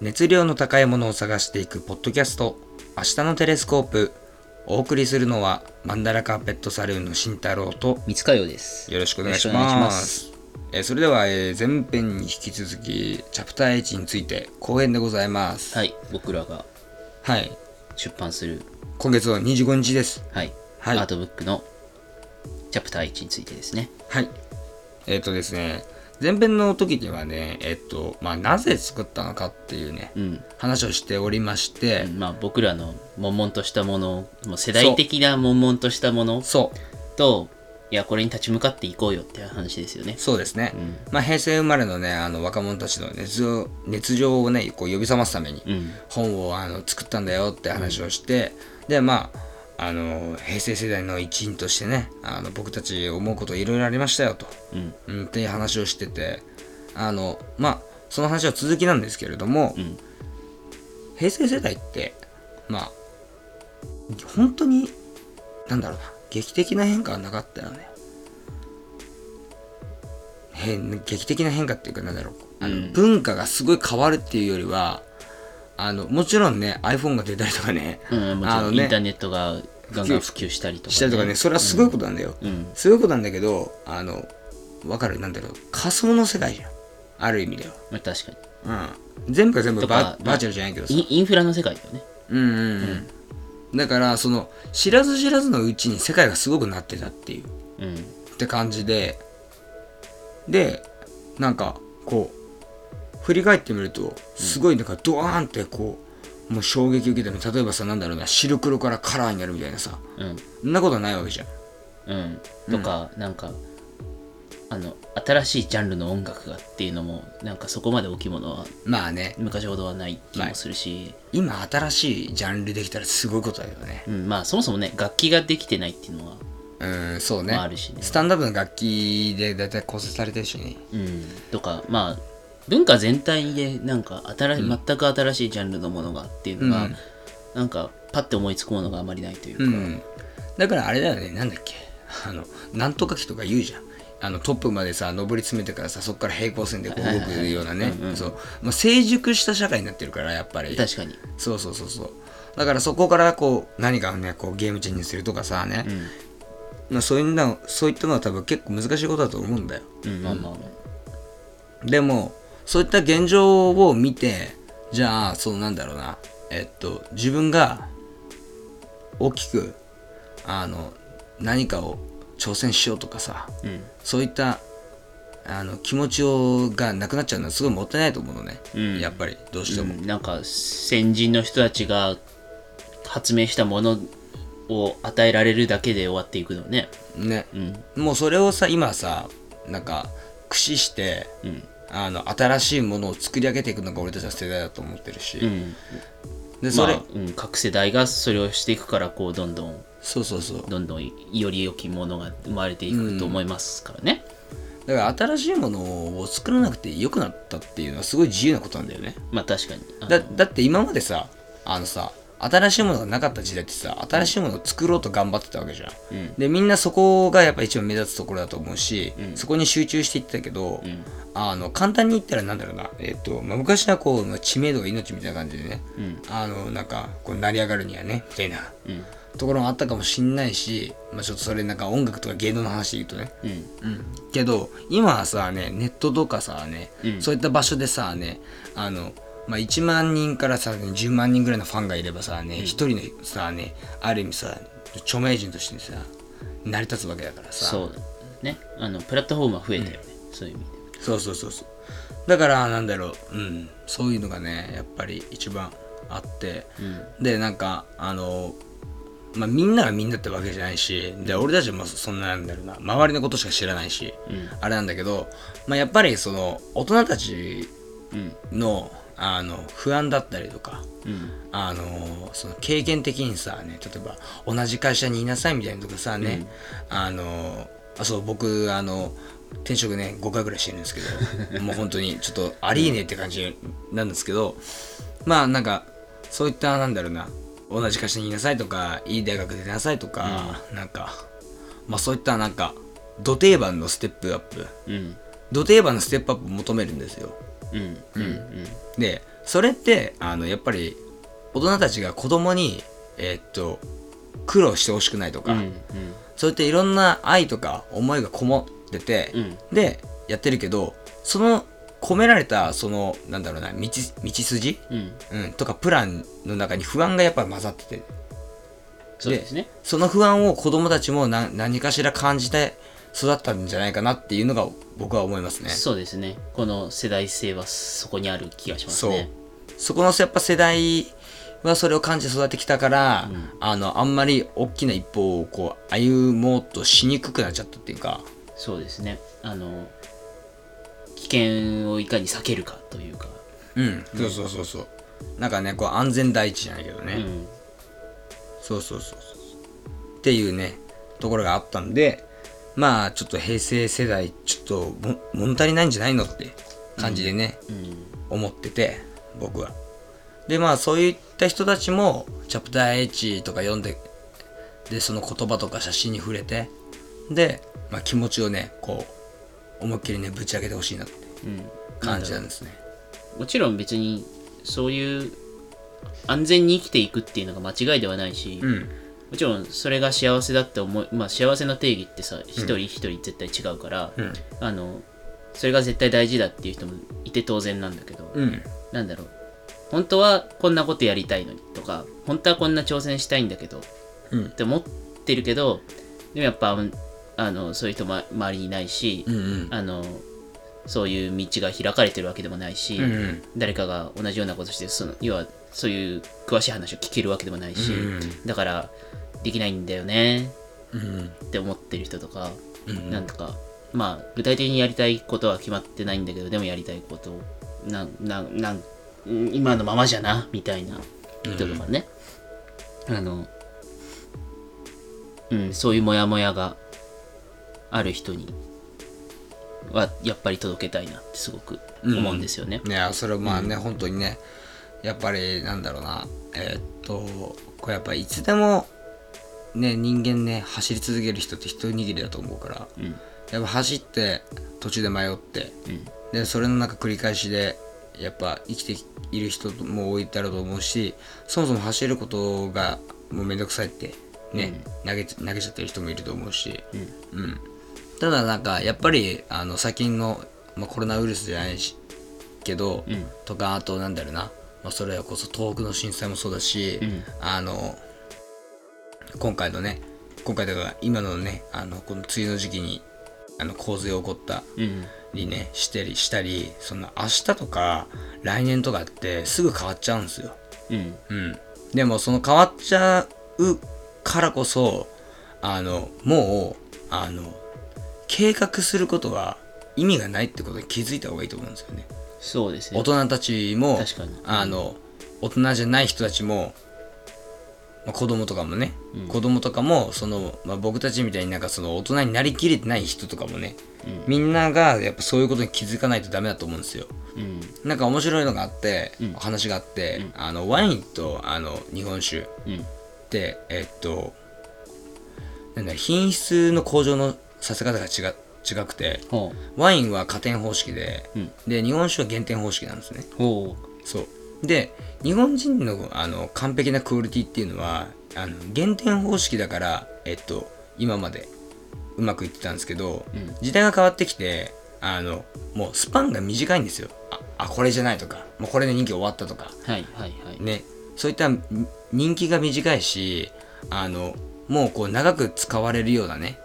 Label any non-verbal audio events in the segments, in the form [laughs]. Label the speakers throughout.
Speaker 1: 熱量の高いものを探していくポッドキャスト明日のテレスコープお送りするのはマンダラカーペットサルーンの慎太郎と
Speaker 2: 三塚洋です。
Speaker 1: よろしくお願いし
Speaker 2: よろしくお願
Speaker 1: ま。
Speaker 2: いします
Speaker 1: えーそれでは、えー前編に引き続きチャプター1について後編でございます。
Speaker 2: はい、僕らが
Speaker 1: はい。
Speaker 2: 出版する、
Speaker 1: 今月は25日です。
Speaker 2: はい、
Speaker 1: はい
Speaker 2: アートブックのチャプター1についてですね。
Speaker 1: はい。えっ、とですね、前編の時にはね、えっ、と、まあ、なぜ作ったのかっていうね、
Speaker 2: うん。
Speaker 1: 話をしておりまして、
Speaker 2: まあ僕らの悶々としたもの、もう世代的な悶々としたもの
Speaker 1: そう、
Speaker 2: と、いや、これに立ち向かっていこうよっていう話ですよね。
Speaker 1: そうですね。
Speaker 2: うん。
Speaker 1: まあ、平成生まれのね、あの若者たちの熱情熱情をね、こう呼び覚ますために、
Speaker 2: うん。
Speaker 1: 本をあの作ったんだよって話をして、でまああの平成世代の一員としてねあの僕たち思うこといろいろありましたよと、
Speaker 2: うん。
Speaker 1: うん、っていう話をしててあのまあその話は続きなんですけれども、
Speaker 2: うん。
Speaker 1: 平成世代ってまあ本当になんだろうな劇的な変化はなかったよね変劇的な変化っていうかなんだろうあの、
Speaker 2: うん
Speaker 1: 文化がすごい変わるっていうよりはあのもちろんね iPhone が出たりとかね
Speaker 2: うん、もち
Speaker 1: あ
Speaker 2: ろ
Speaker 1: の
Speaker 2: ん、
Speaker 1: ね
Speaker 2: インターネットがガンガン普及したりとか、
Speaker 1: したりとかねそれはすごいことなんだよ、
Speaker 2: うん。
Speaker 1: すごいことなんだけどあのわかるなんだろう仮想の世界じゃんある意味では、
Speaker 2: まあ確か
Speaker 1: うん、全部が全部
Speaker 2: とか
Speaker 1: ババーチャルじゃないけどさ
Speaker 2: に。インインフラの世界だよね。
Speaker 1: うんうんうんだからその知らず知らずのうちに世界がすごくなってたっていう
Speaker 2: うん。
Speaker 1: って感じででなんかこう振り返ってみるとすごいなんかドワーンってこうもう衝撃受けたの例えばさなんだろうな白黒からカラーになるみたいなさ
Speaker 2: うん。
Speaker 1: そんなことはないわけじゃん
Speaker 2: うん、とか、なんかあの新しいジャンルの音楽がっていうのもなんかそこまで大きいものは
Speaker 1: まあね
Speaker 2: 昔ほどはない気もするし、
Speaker 1: 今新しいジャンルできたらすごいことだよね
Speaker 2: うん、まあそもそもね楽器ができてないっていうのは、
Speaker 1: うんそうね
Speaker 2: まああるしね
Speaker 1: スタンダップの楽器で大体構成されてるしね
Speaker 2: うん、とかまあ文化全体でなんか新しい全く新しいジャンルのものがっていうのが、
Speaker 1: うん
Speaker 2: なんかパッて思いつくものがあまりないというか、
Speaker 1: うん、だからあれだよねなんだっけあのなんとか機とか言うじゃんあのトップまでさ上り詰めてからさそこから平行線でこう動くようなねそうまあ成熟した社会になってるからやっぱり
Speaker 2: 確かに、
Speaker 1: そうそうそうそうだからそこからこう何かをねこうゲームチェンジするとかさね、まあ、そういうのそういったのは多分結構難しいことだと思うんだよ
Speaker 2: うん、まあまあまあ
Speaker 1: でもそういった現状を見てじゃあそのなんだろうなえっと自分が大きくあの何かを挑戦しようとかさ
Speaker 2: うん
Speaker 1: そういったあの気持ちをがなくなっちゃうのはすごいもったいないと思うのね、
Speaker 2: ん
Speaker 1: やっぱりどうしても、
Speaker 2: うんなんか先人の人たちが発明したものを与えられるだけで終わっていくのね
Speaker 1: ね
Speaker 2: うん
Speaker 1: もうそれをさ今さなんか駆使して
Speaker 2: うん
Speaker 1: あの新しいものを作り上げていくのが俺たちの世代だと思ってるし、
Speaker 2: うん
Speaker 1: でそ
Speaker 2: ま
Speaker 1: れ、
Speaker 2: あ、うん、各世代がそれをしていくからこうどんどん
Speaker 1: そうそうそう
Speaker 2: どんどんより良きものが生まれていくと思いますからね、
Speaker 1: だから新しいものを作らなくて良くなったっていうのはすごい自由なことなんだよね
Speaker 2: まあ確かにあの
Speaker 1: だだって今までさあのさ新しいものがなかった時代ってさ新しいものを作ろうと頑張ってたわけじゃん、
Speaker 2: うん
Speaker 1: でみんなそこがやっぱ一番目立つところだと思うし、そこに集中していってたけど、
Speaker 2: ん
Speaker 1: あの簡単に言ったらなんだろうな、えっとまあ、昔はこうまあ知名度が命みたいな感じでね、
Speaker 2: うん
Speaker 1: あのなんかこう成り上がるにはねみたいな
Speaker 2: うん
Speaker 1: ところもあったかもしんないし、まあ、ちょっとそれなんか音楽とか芸能の話で言うとね、
Speaker 2: うん
Speaker 1: うん、けど今はさねネットとかさね、
Speaker 2: うん
Speaker 1: そういった場所でさねあの、まあ、1万人からさ、ね、10万人ぐらいのファンがいればさね、一人のさねある意味さ著名人としてさ成り立つわけだからさ
Speaker 2: そうねあのプラットフォームは増えたよね、そういう意味で
Speaker 1: そうそうそうそうだからなんだろう、うん、そういうのがねやっぱり一番あって、でなんかあのまあ、みんながみんなってわけじゃないしで俺たちもそんななんだろうな周りのことしか知らないし、あれなんだけど、まあ、やっぱりその大人たち
Speaker 2: うん
Speaker 1: のあの不安だったりとか
Speaker 2: うん
Speaker 1: あのその経験的にさ、ね、例えば同じ会社にいなさいみたいなとかさね、あのあそう僕あの転職ね5回ぐらいしてるんですけどもう本当にちょっとありえねえって感じなんですけど、まあなんかそういったなんだろうな同じ会社にいなさいとかいい大学出なさいとか、なんか、まあ、そういったなんか土定番のステップアップ
Speaker 2: うん
Speaker 1: 土定番のステップアップを求めるんですよ。
Speaker 2: うんうんうん
Speaker 1: でそれってあのやっぱり大人たちが子供にえーっと苦労してほしくないとか、
Speaker 2: うんうん
Speaker 1: そういったいろんな愛とか思いがこもってて、
Speaker 2: うん
Speaker 1: でやってるけどその込められたそのなんだろうな道道筋、
Speaker 2: うん
Speaker 1: うん、とかプランの中に不安がやっぱり混ざってて
Speaker 2: そうですね
Speaker 1: その不安を子供たちも何何かしら感じて育ったんじゃないかなっていうのが僕は思いますね。
Speaker 2: そうですねこの世代性はそこにある気がします
Speaker 1: そう
Speaker 2: ね
Speaker 1: そこのやっぱ世代はそれを感じて育ってきたから、あのあんまり大きな一歩をこう歩もうとしにくくなっちゃったっていうか
Speaker 2: そうですねあの危険をいかに避けるかというか、
Speaker 1: うんそうそうそうそうなんかねこう安全第一じゃないけどね、
Speaker 2: うん、
Speaker 1: そうそうそうそうっていうねところがあったんでまあちょっと平成世代ちょっとも物足りないんじゃないのって感じでね、思ってて僕はでまあそういった人たちもチャプター H とか読んででその言葉とか写真に触れてで、まあ、気持ちをねこう思いっきりねぶち上げてほしいなって
Speaker 2: うん、
Speaker 1: 感じなんですね
Speaker 2: もちろん別にそういう安全に生きていくっていうのが間違いではないし、
Speaker 1: うん
Speaker 2: もちろんそれが幸せだって思い、まあ、幸せの定義ってさ一人一人絶対違うから、
Speaker 1: うん
Speaker 2: あのそれが絶対大事だっていう人もいて当然なんだけど、
Speaker 1: うん
Speaker 2: なんだろう本当はこんなことやりたいのにとか本当はこんな挑戦したいんだけどっ
Speaker 1: うん
Speaker 2: て思ってるけどでもやっぱあのそういう人も周りにいないし、
Speaker 1: うんうん
Speaker 2: あのそういう道が開かれてるわけでもないし、
Speaker 1: うんうん
Speaker 2: 誰かが同じようなことしてその要はそういう詳しい話を聞けるわけでもないし、
Speaker 1: うん
Speaker 2: だからできないんだよね
Speaker 1: うん
Speaker 2: って思ってる人とか、
Speaker 1: うん
Speaker 2: なんとかまあ具体的にやりたいことは決まってないんだけどでもやりたいことをなんなんなんうん今のままじゃなみたいな人とかね、あの、うん、そういうモヤモヤがある人にはやっぱり届けたいなってすごく思うんですよね。
Speaker 1: ねそれはまあね、本当にねやっぱりなんだろうなえーっとこれやっぱいつでもね人間ね走り続ける人って一握りだと思うから、
Speaker 2: ん
Speaker 1: やっぱ走って途中で迷って、でそれのなんか繰り返しでやっぱ生きている人も多いだろうと思うしそもそも走ることがもうめんどくさいってね、投げ投げちゃってる人もいると思うし、うん、ただなんかやっぱりあの最近の、まあ、コロナウイルスじゃないしけど、
Speaker 2: ん
Speaker 1: とかあとなんだろうな、まあ、それこそ東北の震災もそうだし、
Speaker 2: ん
Speaker 1: あの今回のね今回だから今のねあのこの梅雨の時期にあの洪水が起こった
Speaker 2: うん
Speaker 1: りねしたりしたりその明日とか来年とかってすぐ変わっちゃうんですよ。
Speaker 2: うん
Speaker 1: うん、でもその変わっちゃうからこそあのもうあの計画することは意味がないってことに気づいた方がいいと思うんですよね。
Speaker 2: そうです
Speaker 1: 大
Speaker 2: ね。
Speaker 1: 人たちも
Speaker 2: 確かに
Speaker 1: あの大人じゃない人たちも、まあ、子供とかもね、子供とかもその、まあ、僕たちみたいになんかその大人になりきれてない人とかもね、みんながやっぱそういうことに気づかないとダメだと思うんですよ。
Speaker 2: うん
Speaker 1: なんか面白いのがあって、
Speaker 2: うん
Speaker 1: 話があって、あのワインとあの日本酒っ
Speaker 2: うん
Speaker 1: てえっとなんだ品質の向上のさせ方が違違くて
Speaker 2: ほ
Speaker 1: ワインは加点方式で、
Speaker 2: うん
Speaker 1: で日本酒は減点方式なんですね
Speaker 2: うほ
Speaker 1: そうで日本人のあの完璧なクオリティっていうのはあの減点方式だからえっと今までうまくいってたんですけど、
Speaker 2: ん
Speaker 1: 時代が変わってきてあのもうスパンが短いんですよああこれじゃないとかもうこれで人気終わったとか
Speaker 2: うはいはいはい。
Speaker 1: ねそういったん人気が短いしあのもうこう長く使われるようなね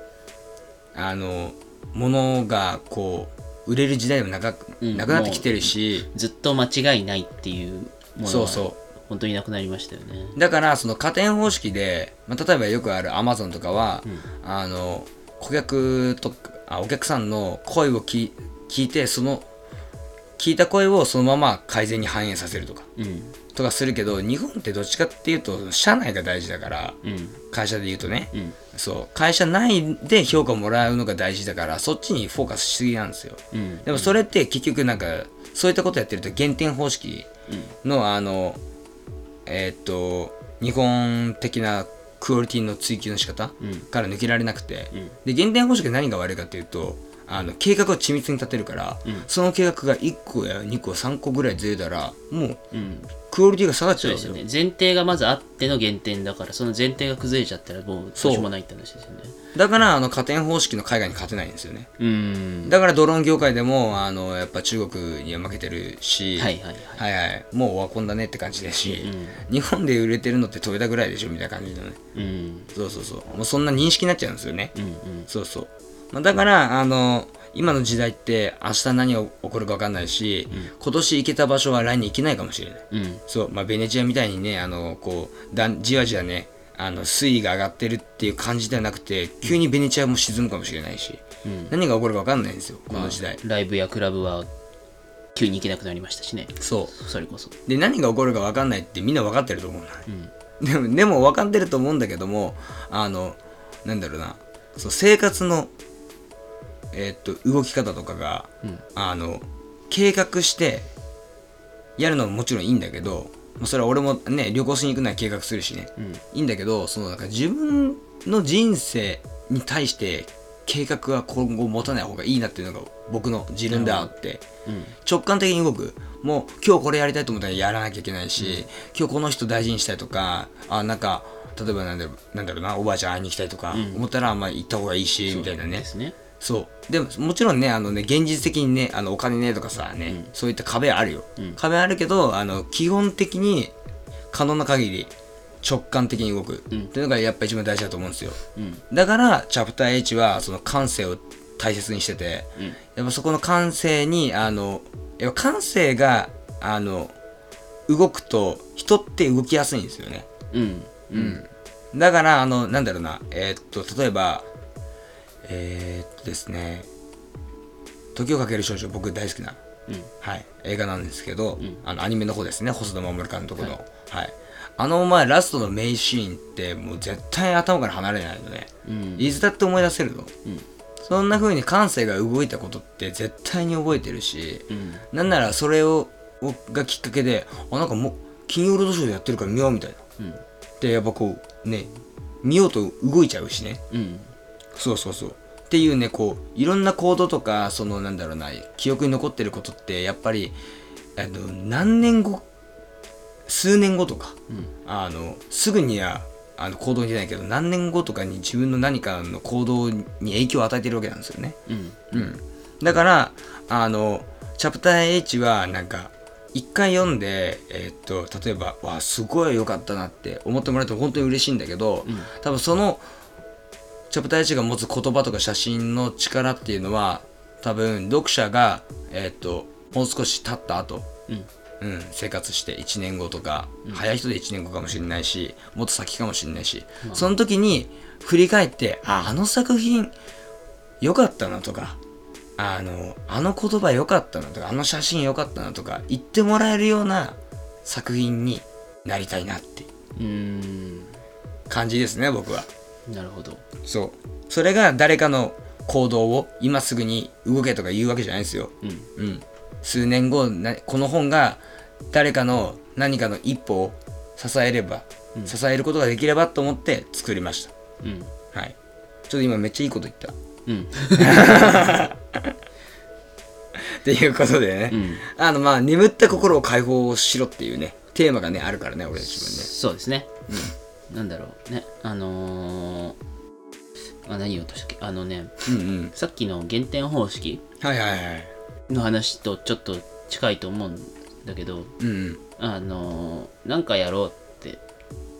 Speaker 1: あのものがこう売れる時代も長く
Speaker 2: うん
Speaker 1: なくなってきてるし、
Speaker 2: ずっと間違いないっていうもの
Speaker 1: そう
Speaker 2: は
Speaker 1: そう
Speaker 2: 本当になくなりましたよね。
Speaker 1: だからその加点方式で、まあ、例えばよくあるアマゾンとかは、あの顧客とかあお客さんの声を聞い聞いてその聞いた声をそのまま改善に反映させるとか
Speaker 2: うん
Speaker 1: とかするけど日本ってどっちかっていうと社内が大事だから
Speaker 2: うん
Speaker 1: 会社で言うとね、
Speaker 2: うん
Speaker 1: そう会社内で評価をもらうのが大事だからそっちにフォーカスしすぎなんですよ
Speaker 2: うん
Speaker 1: でもそれって結局なんかそういったことやってると減点方式のあのえーっと日本的なクオリティの追求の仕方
Speaker 2: うん
Speaker 1: から抜けられなくて
Speaker 2: うん
Speaker 1: で減点方式で何が悪いかっていうとあの計画を緻密に立てるから、その計画が1個や2個3個ぐらいずれたらもう
Speaker 2: うん、
Speaker 1: クオリティが下がっち
Speaker 2: そう
Speaker 1: ゃう
Speaker 2: で
Speaker 1: わけ
Speaker 2: す
Speaker 1: よ
Speaker 2: よね前提がまずあっての減点だからその前提が崩れちゃったらもうどうしようもないって話ですよね
Speaker 1: だからあの加点方式の海外に勝てないんですよね
Speaker 2: うーん
Speaker 1: だからドローン業界でもあのやっぱ中国には負けてるし、
Speaker 2: はいはいはい、
Speaker 1: はいはいもうオワコンだねって感じだし、
Speaker 2: う
Speaker 1: 日本で売れてるのってトヨタぐらいでしょみたいな感じのね
Speaker 2: うん
Speaker 1: そうそうそうもうそんな認識になっちゃうんですよね、
Speaker 2: うんうん
Speaker 1: そうそう、まあ、だからあの今の時代って明日何が起こるか分かんないし、今年行けた場所は来年行けないかもしれない
Speaker 2: うん
Speaker 1: そう、まあ、ベネチアみたいにねあのこうだんじわじわねあの水位が上がってるっていう感じではなくて急にベネチアも沈むかもしれないし、
Speaker 2: うん
Speaker 1: 何が起こるか分かんないんですよこの時代、
Speaker 2: ライブやクラブは急に行けなくなりましたしね
Speaker 1: そう
Speaker 2: それこそ
Speaker 1: で何が起こるか分かんないってみんな分かってると思うな、
Speaker 2: ん
Speaker 1: でもでも分かってると思うんだけどもあのなんだろうなそう生活の、えーっと動き方とかが、
Speaker 2: うん
Speaker 1: あの計画してやるのももちろんいいんだけどまあそれは俺もね旅行しに行くなら計画するしね、
Speaker 2: うん
Speaker 1: いいんだけどそのなんか自分の人生に対して計画は今後持たない方がいいなっていうのが僕の自分であって。
Speaker 2: うん
Speaker 1: 直感的に動くもう今日これやりたいと思ったらやらなきゃいけないし、今日この人大事にしたいとかあなんか例えばなんだろうなんだろうなおばあちゃん会いに行きたいとか
Speaker 2: うん
Speaker 1: 思ったら、まあ行った方がいいしみたいなね
Speaker 2: ですね
Speaker 1: そうでももちろんねあのね現実的にねあのお金ねとかさね、
Speaker 2: うん
Speaker 1: そういった壁あるよ、
Speaker 2: うん
Speaker 1: 壁あるけどあの基本的に可能な限り直感的に動く、
Speaker 2: うん
Speaker 1: っていうのがやっぱ一番大事だと思うんですよ
Speaker 2: うん
Speaker 1: だからチャプター H はその感性を大切にしてて、
Speaker 2: うん
Speaker 1: やっぱそこの感性にあのやっぱ感性があの動くと人って動きやすいんですよね
Speaker 2: うんうん
Speaker 1: だからあのなんだろうなえーっと例えばえーっとですね「時をかける少女」僕大好きな、
Speaker 2: うん
Speaker 1: はい、映画なんですけど、
Speaker 2: ん
Speaker 1: あのアニメの方ですね細田守監督の、はいあのお前ラストの名シーンってもう絶対頭から離れないのね、
Speaker 2: うん
Speaker 1: いつだって思い出せるの、
Speaker 2: うん
Speaker 1: そんな風に感性が動いたことって絶対に覚えてるし、
Speaker 2: うん
Speaker 1: なんならそれををがきっかけであなんかもう金曜ロードショーでやってるから見ようみたいな
Speaker 2: うん
Speaker 1: でやっぱこうね見ようと動いちゃうしね
Speaker 2: うん
Speaker 1: そうそうそうっていうねこういろんな行動とかそのなんだろうな記憶に残ってることってやっぱりあの何年後数年後とか、あのすぐにはあの行動に出ないけど何年後とかに自分の何かの行動に影響を与えてるわけなんですよね。
Speaker 2: うん
Speaker 1: うん、だからあのチャプター H はなんか一回読んで、えーっと例えば「わあすごい良かったな」って思ってもらうと本当に嬉しいんだけど、多分そのチャプター H が持つ言葉とか写真の力っていうのは多分読者が、えーっともう少し経った後、
Speaker 2: うん
Speaker 1: うん、生活して1年後とか、早い人で1年後かもしれないしもっと先かもしれないし、その時に振り返ってああの作品良かったなとかあのあの言葉良かったなとかあの写真良かったなとか言ってもらえるような作品になりたいなって
Speaker 2: うん
Speaker 1: 感じですね僕は
Speaker 2: なるほど
Speaker 1: そうそれが誰かの行動を今すぐに動けとか言うわけじゃないですよ
Speaker 2: うん
Speaker 1: うん、数年後なこの本が誰かの何かの一歩を支えれば、支えることができればと思って作りまし
Speaker 2: うん
Speaker 1: たはいちょっと今めっちゃいいこと言った
Speaker 2: うん
Speaker 1: っていうことでね、
Speaker 2: うん
Speaker 1: あのまあ眠った心を解放しろっていうねテーマがねあるからね俺自分ね
Speaker 2: そうですね。なんだろうね。あのー、あ何を言おうとしたっけあのね、
Speaker 1: うんうん
Speaker 2: さっきの減点方式
Speaker 1: はいはいはい
Speaker 2: の話とちょっと近いと思うんだけど、
Speaker 1: うんうん
Speaker 2: あのー、なんかやろうって、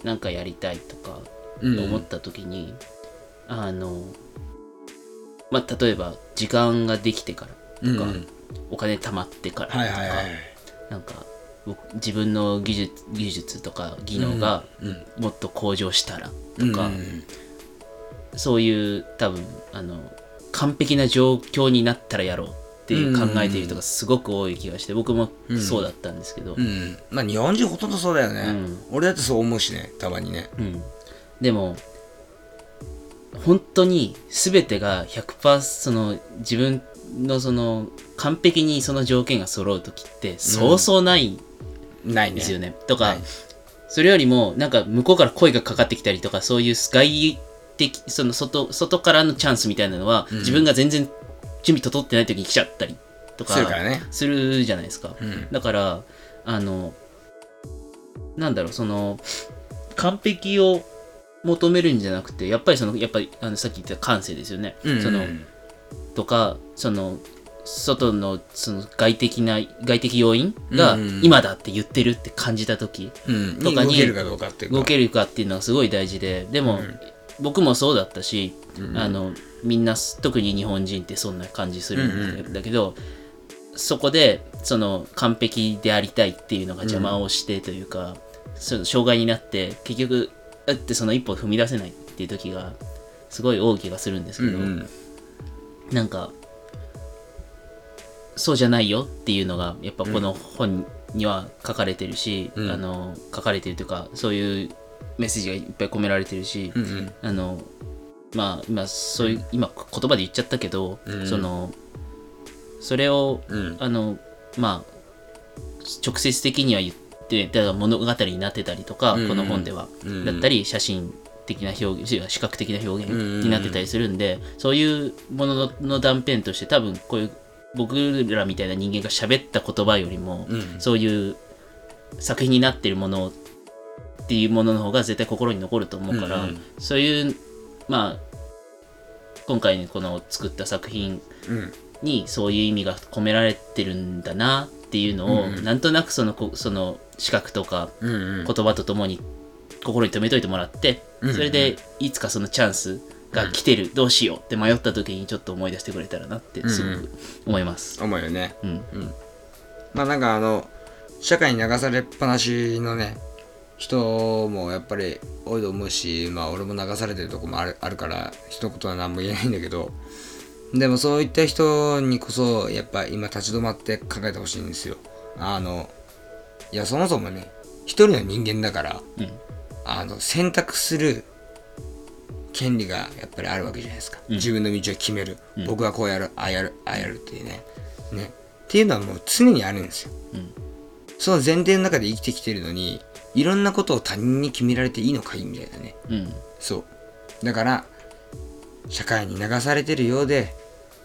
Speaker 2: なんかやりたいとか
Speaker 1: うん
Speaker 2: 思った時に、あのー、まあ、例えば時間ができてから
Speaker 1: うん
Speaker 2: とか、
Speaker 1: うん
Speaker 2: お金貯まってからとか、
Speaker 1: はいはいはい
Speaker 2: なんか僕自分の技術技術とか技能が
Speaker 1: うん
Speaker 2: もっと向上したら
Speaker 1: うん
Speaker 2: とか、
Speaker 1: うん
Speaker 2: そういう多分あの完璧な状況になったらやろうっていう考えている人がすごく多い気がして僕もそうだったんですけど、
Speaker 1: うんまあ日本人ほとんどそうだよね、
Speaker 2: うん
Speaker 1: 俺だってそう思うしねたまにね
Speaker 2: うんでも本当に全てが100%その自分のその完璧にその条件が揃う時ってそうそうないん
Speaker 1: ないね
Speaker 2: ですよね。とか、
Speaker 1: はい
Speaker 2: それよりもなんか向こうから声がかかってきたりとかそういう外的その外外からのチャンスみたいなのは、
Speaker 1: うん
Speaker 2: 自分が全然準備整ってない時に来ちゃったりとか
Speaker 1: するからね
Speaker 2: するじゃないですか。
Speaker 1: うん
Speaker 2: だからあのなんだろうその完璧を求めるんじゃなくてやっぱりそのやっぱりあのさっき言った感性ですよね。
Speaker 1: うん
Speaker 2: その
Speaker 1: うん
Speaker 2: とかその外のその外的な外的要因が
Speaker 1: うんうん
Speaker 2: 今だって言ってるって感じた時
Speaker 1: うん
Speaker 2: とかに
Speaker 1: 動けるかどうかっていうか
Speaker 2: 動けるかっていうのはすごい大事ででも、
Speaker 1: うん
Speaker 2: 僕もそうだったし、
Speaker 1: うん
Speaker 2: あのみんな特に日本人ってそんな感じするんだけど、そこでその完璧でありたいっていうのが邪魔をしてというか、その障害になって結局だってその一歩踏み出せないっていう時がすごい多い気がするんです
Speaker 1: う
Speaker 2: け
Speaker 1: ん
Speaker 2: ど、
Speaker 1: うん
Speaker 2: なんかそうじゃないよっていうのがやっぱこの本には書かれてるし、
Speaker 1: うん
Speaker 2: あの書かれてるというかそういうメッセージがいっぱい込められてるし、
Speaker 1: うんうん
Speaker 2: あのまあ今そういう今言葉で言っちゃったけど、
Speaker 1: うん
Speaker 2: そのそれを
Speaker 1: うん
Speaker 2: あのまあ直接的には言ってだから物語になってたりとか、
Speaker 1: うん
Speaker 2: この本では、
Speaker 1: うん
Speaker 2: だったり写真的な表現視覚的な表現になってたりするんで、そういうもののの断片として多分こういう僕らみたいな人間が喋った言葉よりも、
Speaker 1: うん
Speaker 2: そういう作品になってるものっていうものの方が絶対心に残ると思うから、
Speaker 1: うんうん
Speaker 2: そういうまあ今回のこの作った作品
Speaker 1: うん
Speaker 2: にそういう意味が込められてるんだなっていうのを、
Speaker 1: うんうん
Speaker 2: なんとなくそのこその視覚とか
Speaker 1: うんうん
Speaker 2: 言葉とともに心に留めといてもらって、
Speaker 1: うんうん
Speaker 2: それでいつかそのチャンスが来てる、どうしようって迷った時にちょっと思い出してくれたらなってすごく思います。
Speaker 1: 思うよね
Speaker 2: うん、
Speaker 1: まあなんかあの社会に流されっぱなしのね人もやっぱり多いと思うしまあ俺も流されてるとこもあるあるから一言は何も言えないんだけどでもそういった人にこそやっぱ今立ち止まって考えてほしいんですよあのいやそもそもね一人の人間だから
Speaker 2: うん、
Speaker 1: あの選択する権利がやっぱりあるわけじゃないですか、
Speaker 2: うん
Speaker 1: 自分の道を決める、
Speaker 2: うん
Speaker 1: 僕はこうやるああやるああやるっていうねねっていうのはもう常にあるんですよ
Speaker 2: うん、
Speaker 1: その前提の中で生きてきてるのにいろんなことを他人に決められていいのかいみたいなね
Speaker 2: うん、
Speaker 1: そうだから社会に流されてるようで、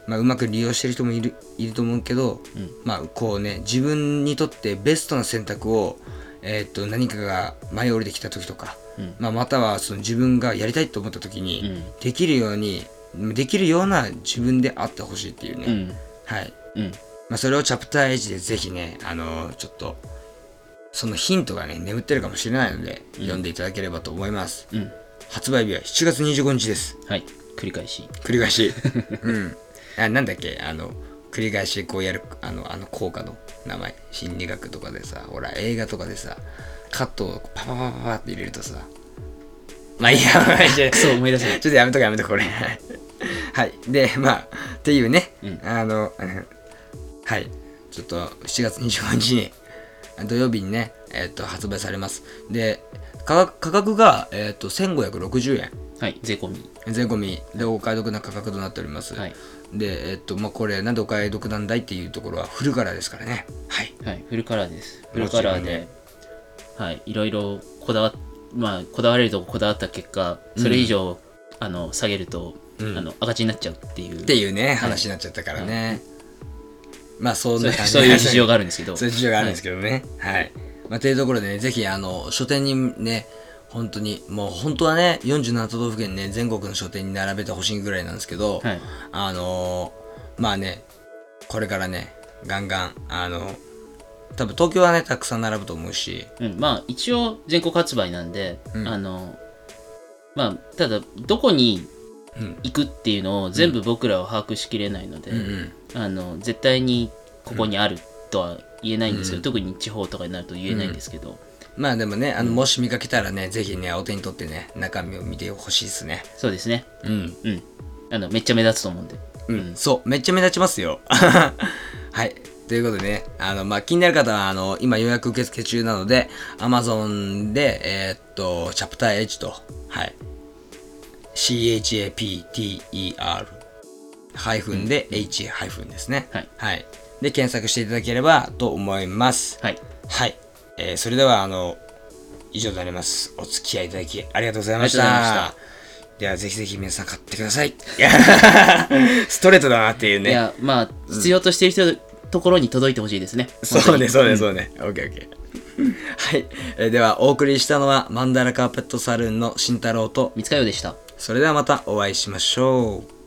Speaker 1: まあ、うまく利用してる人もいるいると思うけど、
Speaker 2: うん
Speaker 1: まあこうね自分にとってベストな選択を、えーっと何かが舞い降りてきた時とか、
Speaker 2: うん
Speaker 1: まあ、またはその自分がやりたいと思った時に、
Speaker 2: うん
Speaker 1: できるようにできるような自分であってほしいっていうね、
Speaker 2: うん、
Speaker 1: はい、
Speaker 2: うん、
Speaker 1: まあ、それをチャプター1でぜひねあのちょっとそのヒントがね眠ってるかもしれないので、読んでいただければと思います
Speaker 2: うん、
Speaker 1: 発売日は7月25日です
Speaker 2: はい、繰り返し。
Speaker 1: 繰り返しうんあなんだっけあの繰り返しこうやるあのあの効果の名前心理学とかでさほら映画とかでさカットをパパパパパって入れるとさまあいいやまあいいや
Speaker 2: [laughs] そう思い出せない
Speaker 1: ちょっとやめとこやめとここれはいでまあっていうね、
Speaker 2: うん
Speaker 1: あのうんはいちょっと7月25日に土曜日にね、えっと発売されますで価格価格が、えっと1560円
Speaker 2: はい、税込み。
Speaker 1: 税込みでお買い得な価格となっております、
Speaker 2: はい、
Speaker 1: でえっとまあこれなんでお買い得なんだいっていうところはフルカラーですからねはい
Speaker 2: はい、フルカラーです。フ
Speaker 1: も
Speaker 2: ル
Speaker 1: ちろんね
Speaker 2: カラーで、はい、いろいろこだわ、まあ、こだわれるとここだわった結果、それ以上、あの、下げると、
Speaker 1: うん
Speaker 2: あの、赤字になっちゃうっていう。
Speaker 1: っていうね話になっちゃったからね、まあそん
Speaker 2: そう
Speaker 1: な
Speaker 2: いう
Speaker 1: 感じ
Speaker 2: そういう事情があるんですけ
Speaker 1: [laughs]
Speaker 2: ど。
Speaker 1: そういう事情があるんですけどね。はい。まあ、というところでね、ぜひ、あの、書店にね、本当に、もう本当はね、47都道府県ね、全国の書店に並べてほしいぐらいなんですけど、
Speaker 2: はい、
Speaker 1: あのーまあね、これからね、ガンガン、あの、多分東京はね、たくさん並ぶと思うし、
Speaker 2: うん、まあ、一応、全国発売なんで、
Speaker 1: うん
Speaker 2: あの、まあ、ただ、どこに
Speaker 1: うん。
Speaker 2: 行くっていうのを全部僕らは把握しきれないので、
Speaker 1: うんうん。
Speaker 2: あの絶対にここにあるとは言えないんですけど、
Speaker 1: うん
Speaker 2: 特に地方とかになると言えないんですけど、
Speaker 1: まあでもね、あの、もし見かけたらね、ぜひね、お手に取ってね、中身を見てほしいですね。
Speaker 2: そうですね
Speaker 1: うん。
Speaker 2: うんあのめっちゃ目立つと思うんで
Speaker 1: うん、
Speaker 2: うん
Speaker 1: そう、めっちゃ目立ちますよ。 [laughs] はい。ということでね、あの、まあ、気になる方は、あの、今予約受付中なので、Amazon で、えーっと、チャプター H と、はい。CHAPTER ハイフンで H ハイフンですね。
Speaker 2: はい。
Speaker 1: はい。で、検索していただければと思います。
Speaker 2: はい
Speaker 1: はい。えーそれでは、あの、以上となります。お付き合いいただきありがとうございました。
Speaker 2: ありがとうございま
Speaker 1: いや、ぜひぜひ皆さん買ってください。 [laughs] いやストレートだなっていう
Speaker 2: い
Speaker 1: ね。
Speaker 2: やまあ必要としてる人、ところに届いてほしいですね
Speaker 1: そうね、そうね、
Speaker 2: う
Speaker 1: そうね。オッケーオッケー。はい、えーではお送りしたのはマンダラカーペットサルーンの慎太郎と
Speaker 2: 三塚洋でした
Speaker 1: それではまたお会いしましょう。